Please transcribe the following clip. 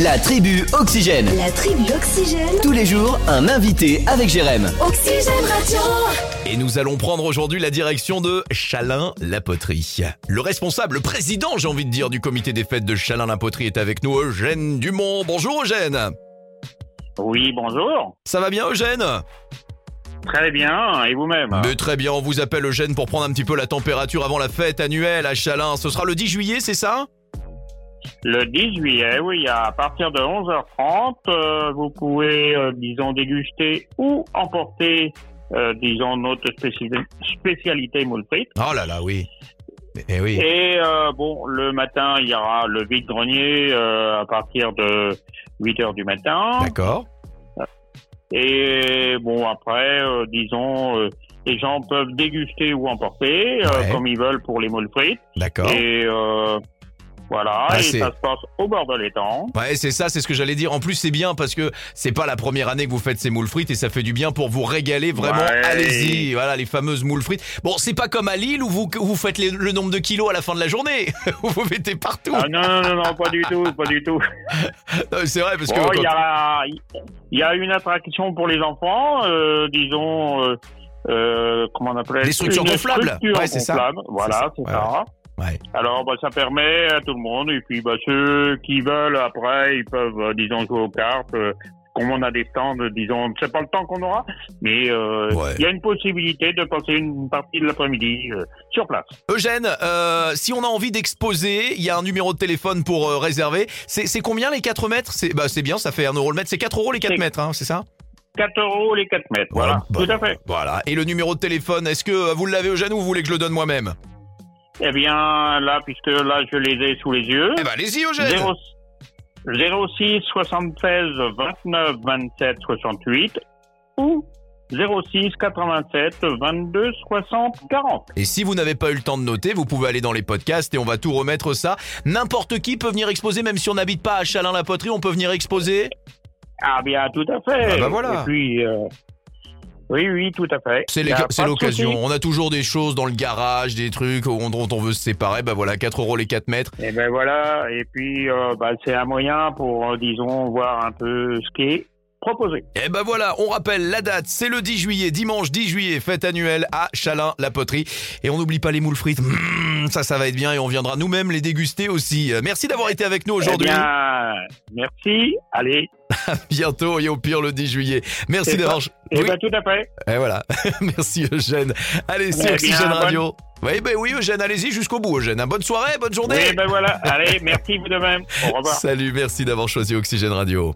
La tribu Oxygène. La tribu Oxygène. Tous les jours, un invité avec Jérém. Oxygène Radio. Et nous allons prendre aujourd'hui la direction de Chalin-la-Poterie. Le responsable, le président, j'ai envie de dire, du comité des fêtes de Chalin-la-Poterie est avec nous, Eugène Dumont. Bonjour Eugène. Oui, bonjour. Ça va bien Eugène Très bien, et vous-même Mais très bien, on vous appelle Eugène pour prendre un petit peu la température avant la fête annuelle à Chalin. Ce sera le 10 juillet, c'est ça Le 10 juillet, oui, à partir de 11h30, euh, vous pouvez, euh, disons, déguster ou emporter, euh, disons, notre spéciali- spécialité moule frite. Oh là là, oui. Eh oui. Et euh, bon, le matin, il y aura le vide-grenier euh, à partir de 8h du matin. D'accord. Et bon, après, euh, disons, euh, les gens peuvent déguster ou emporter, euh, Ouais. comme ils veulent pour les moules frites. D'accord. Et euh, voilà, Ah, et c'est- Oh. ça se passe au bord de l'étang. Ouais, c'est ça, c'est ce que j'allais dire. En plus, c'est bien parce que c'est pas la première année que vous faites ces moules frites et ça fait du bien pour vous régaler vraiment. Ouais. Allez-y, voilà les fameuses moules frites. Bon, c'est pas comme à Lille où vous, où vous faites les- le nombre de kilos à la fin de la journée, où vous mettez partout. Ah, non, non, non, non, pas du tout, pas du tout. Non, mais C'est vrai parce que Bon, quand- il y, a, il y a une attraction pour les enfants, euh, disons, euh, euh, comment on appelle Les structures Une gonflables. structure Ouais, c'est ça. gonflable, Voilà, C'est c'est ça. ça. Ouais, ouais. Alors, bah, ça permet à tout le monde, et puis bah, ceux qui veulent, après, ils peuvent, euh, disons, jouer aux cartes. euh, comme on a des stands, disons, c'est pas le temps qu'on aura, mais euh, il Ouais. y a une possibilité de passer une partie de l'après-midi euh, sur place. Eugène, euh, si on a envie d'exposer, il y a un numéro de téléphone pour euh, réserver. C'est c'est combien les 4 mètres C'est bah, c'est bien, ça fait 1 euro le mètre. C'est 4 euros les 4 C'est- mètres, hein, c'est ça 4 euros les 4 mètres, voilà, Ouais, tout bah, à fait. Voilà. Et le numéro de téléphone, est-ce que euh, vous l'avez Eugène ou vous voulez que je le donne moi-même Eh bien, là, puisque là, je les ai sous les yeux. Eh ben allez-y Eugène 0 06 76 29 27 68 ou 06 87 22 60 40. Et si vous n'avez pas eu le temps de noter, vous pouvez aller dans les podcasts et on va tout remettre ça. N'importe qui peut venir exposer, même si on n'habite pas à Chalin-la-Poterie, on peut venir exposer. Ah bien, tout à fait. Ah bah voilà. Et puis, euh, oui, oui, tout à fait. C'est Y les- a c'est pas de l'occasion. souci. On a toujours des choses dans le garage, des trucs dont dont on veut se séparer. Bah voilà, 4 euros les 4 mètres. Et ben voilà, et puis euh, bah, c'est un moyen pour, euh, disons, voir un peu ce qui est proposé. Et ben voilà, on rappelle la date, c'est le 10 juillet, dimanche 10 juillet, fête annuelle à Chalin-la-Poterie. Et on n'oublie pas les moules frites. Mmh, ça, ça va être bien et on viendra nous-mêmes les déguster aussi. Euh, Merci d'avoir été avec nous aujourd'hui. Eh bien, merci. Allez. Bientôt et au pire le 10 juillet. Merci C'est d'avoir. Et Oui. ben tout à fait. Et Eh, voilà. Merci Eugène. Allez, c'est Eh Oxygène bien, Radio. Oui, ben oui, Eugène, allez-y jusqu'au bout, Eugène. hein. Bonne Eh soirée, bonne journée. Oui, ben voilà. Allez, merci vous de même. ben, Au revoir. Salut, merci d'avoir choisi Oxygène Radio.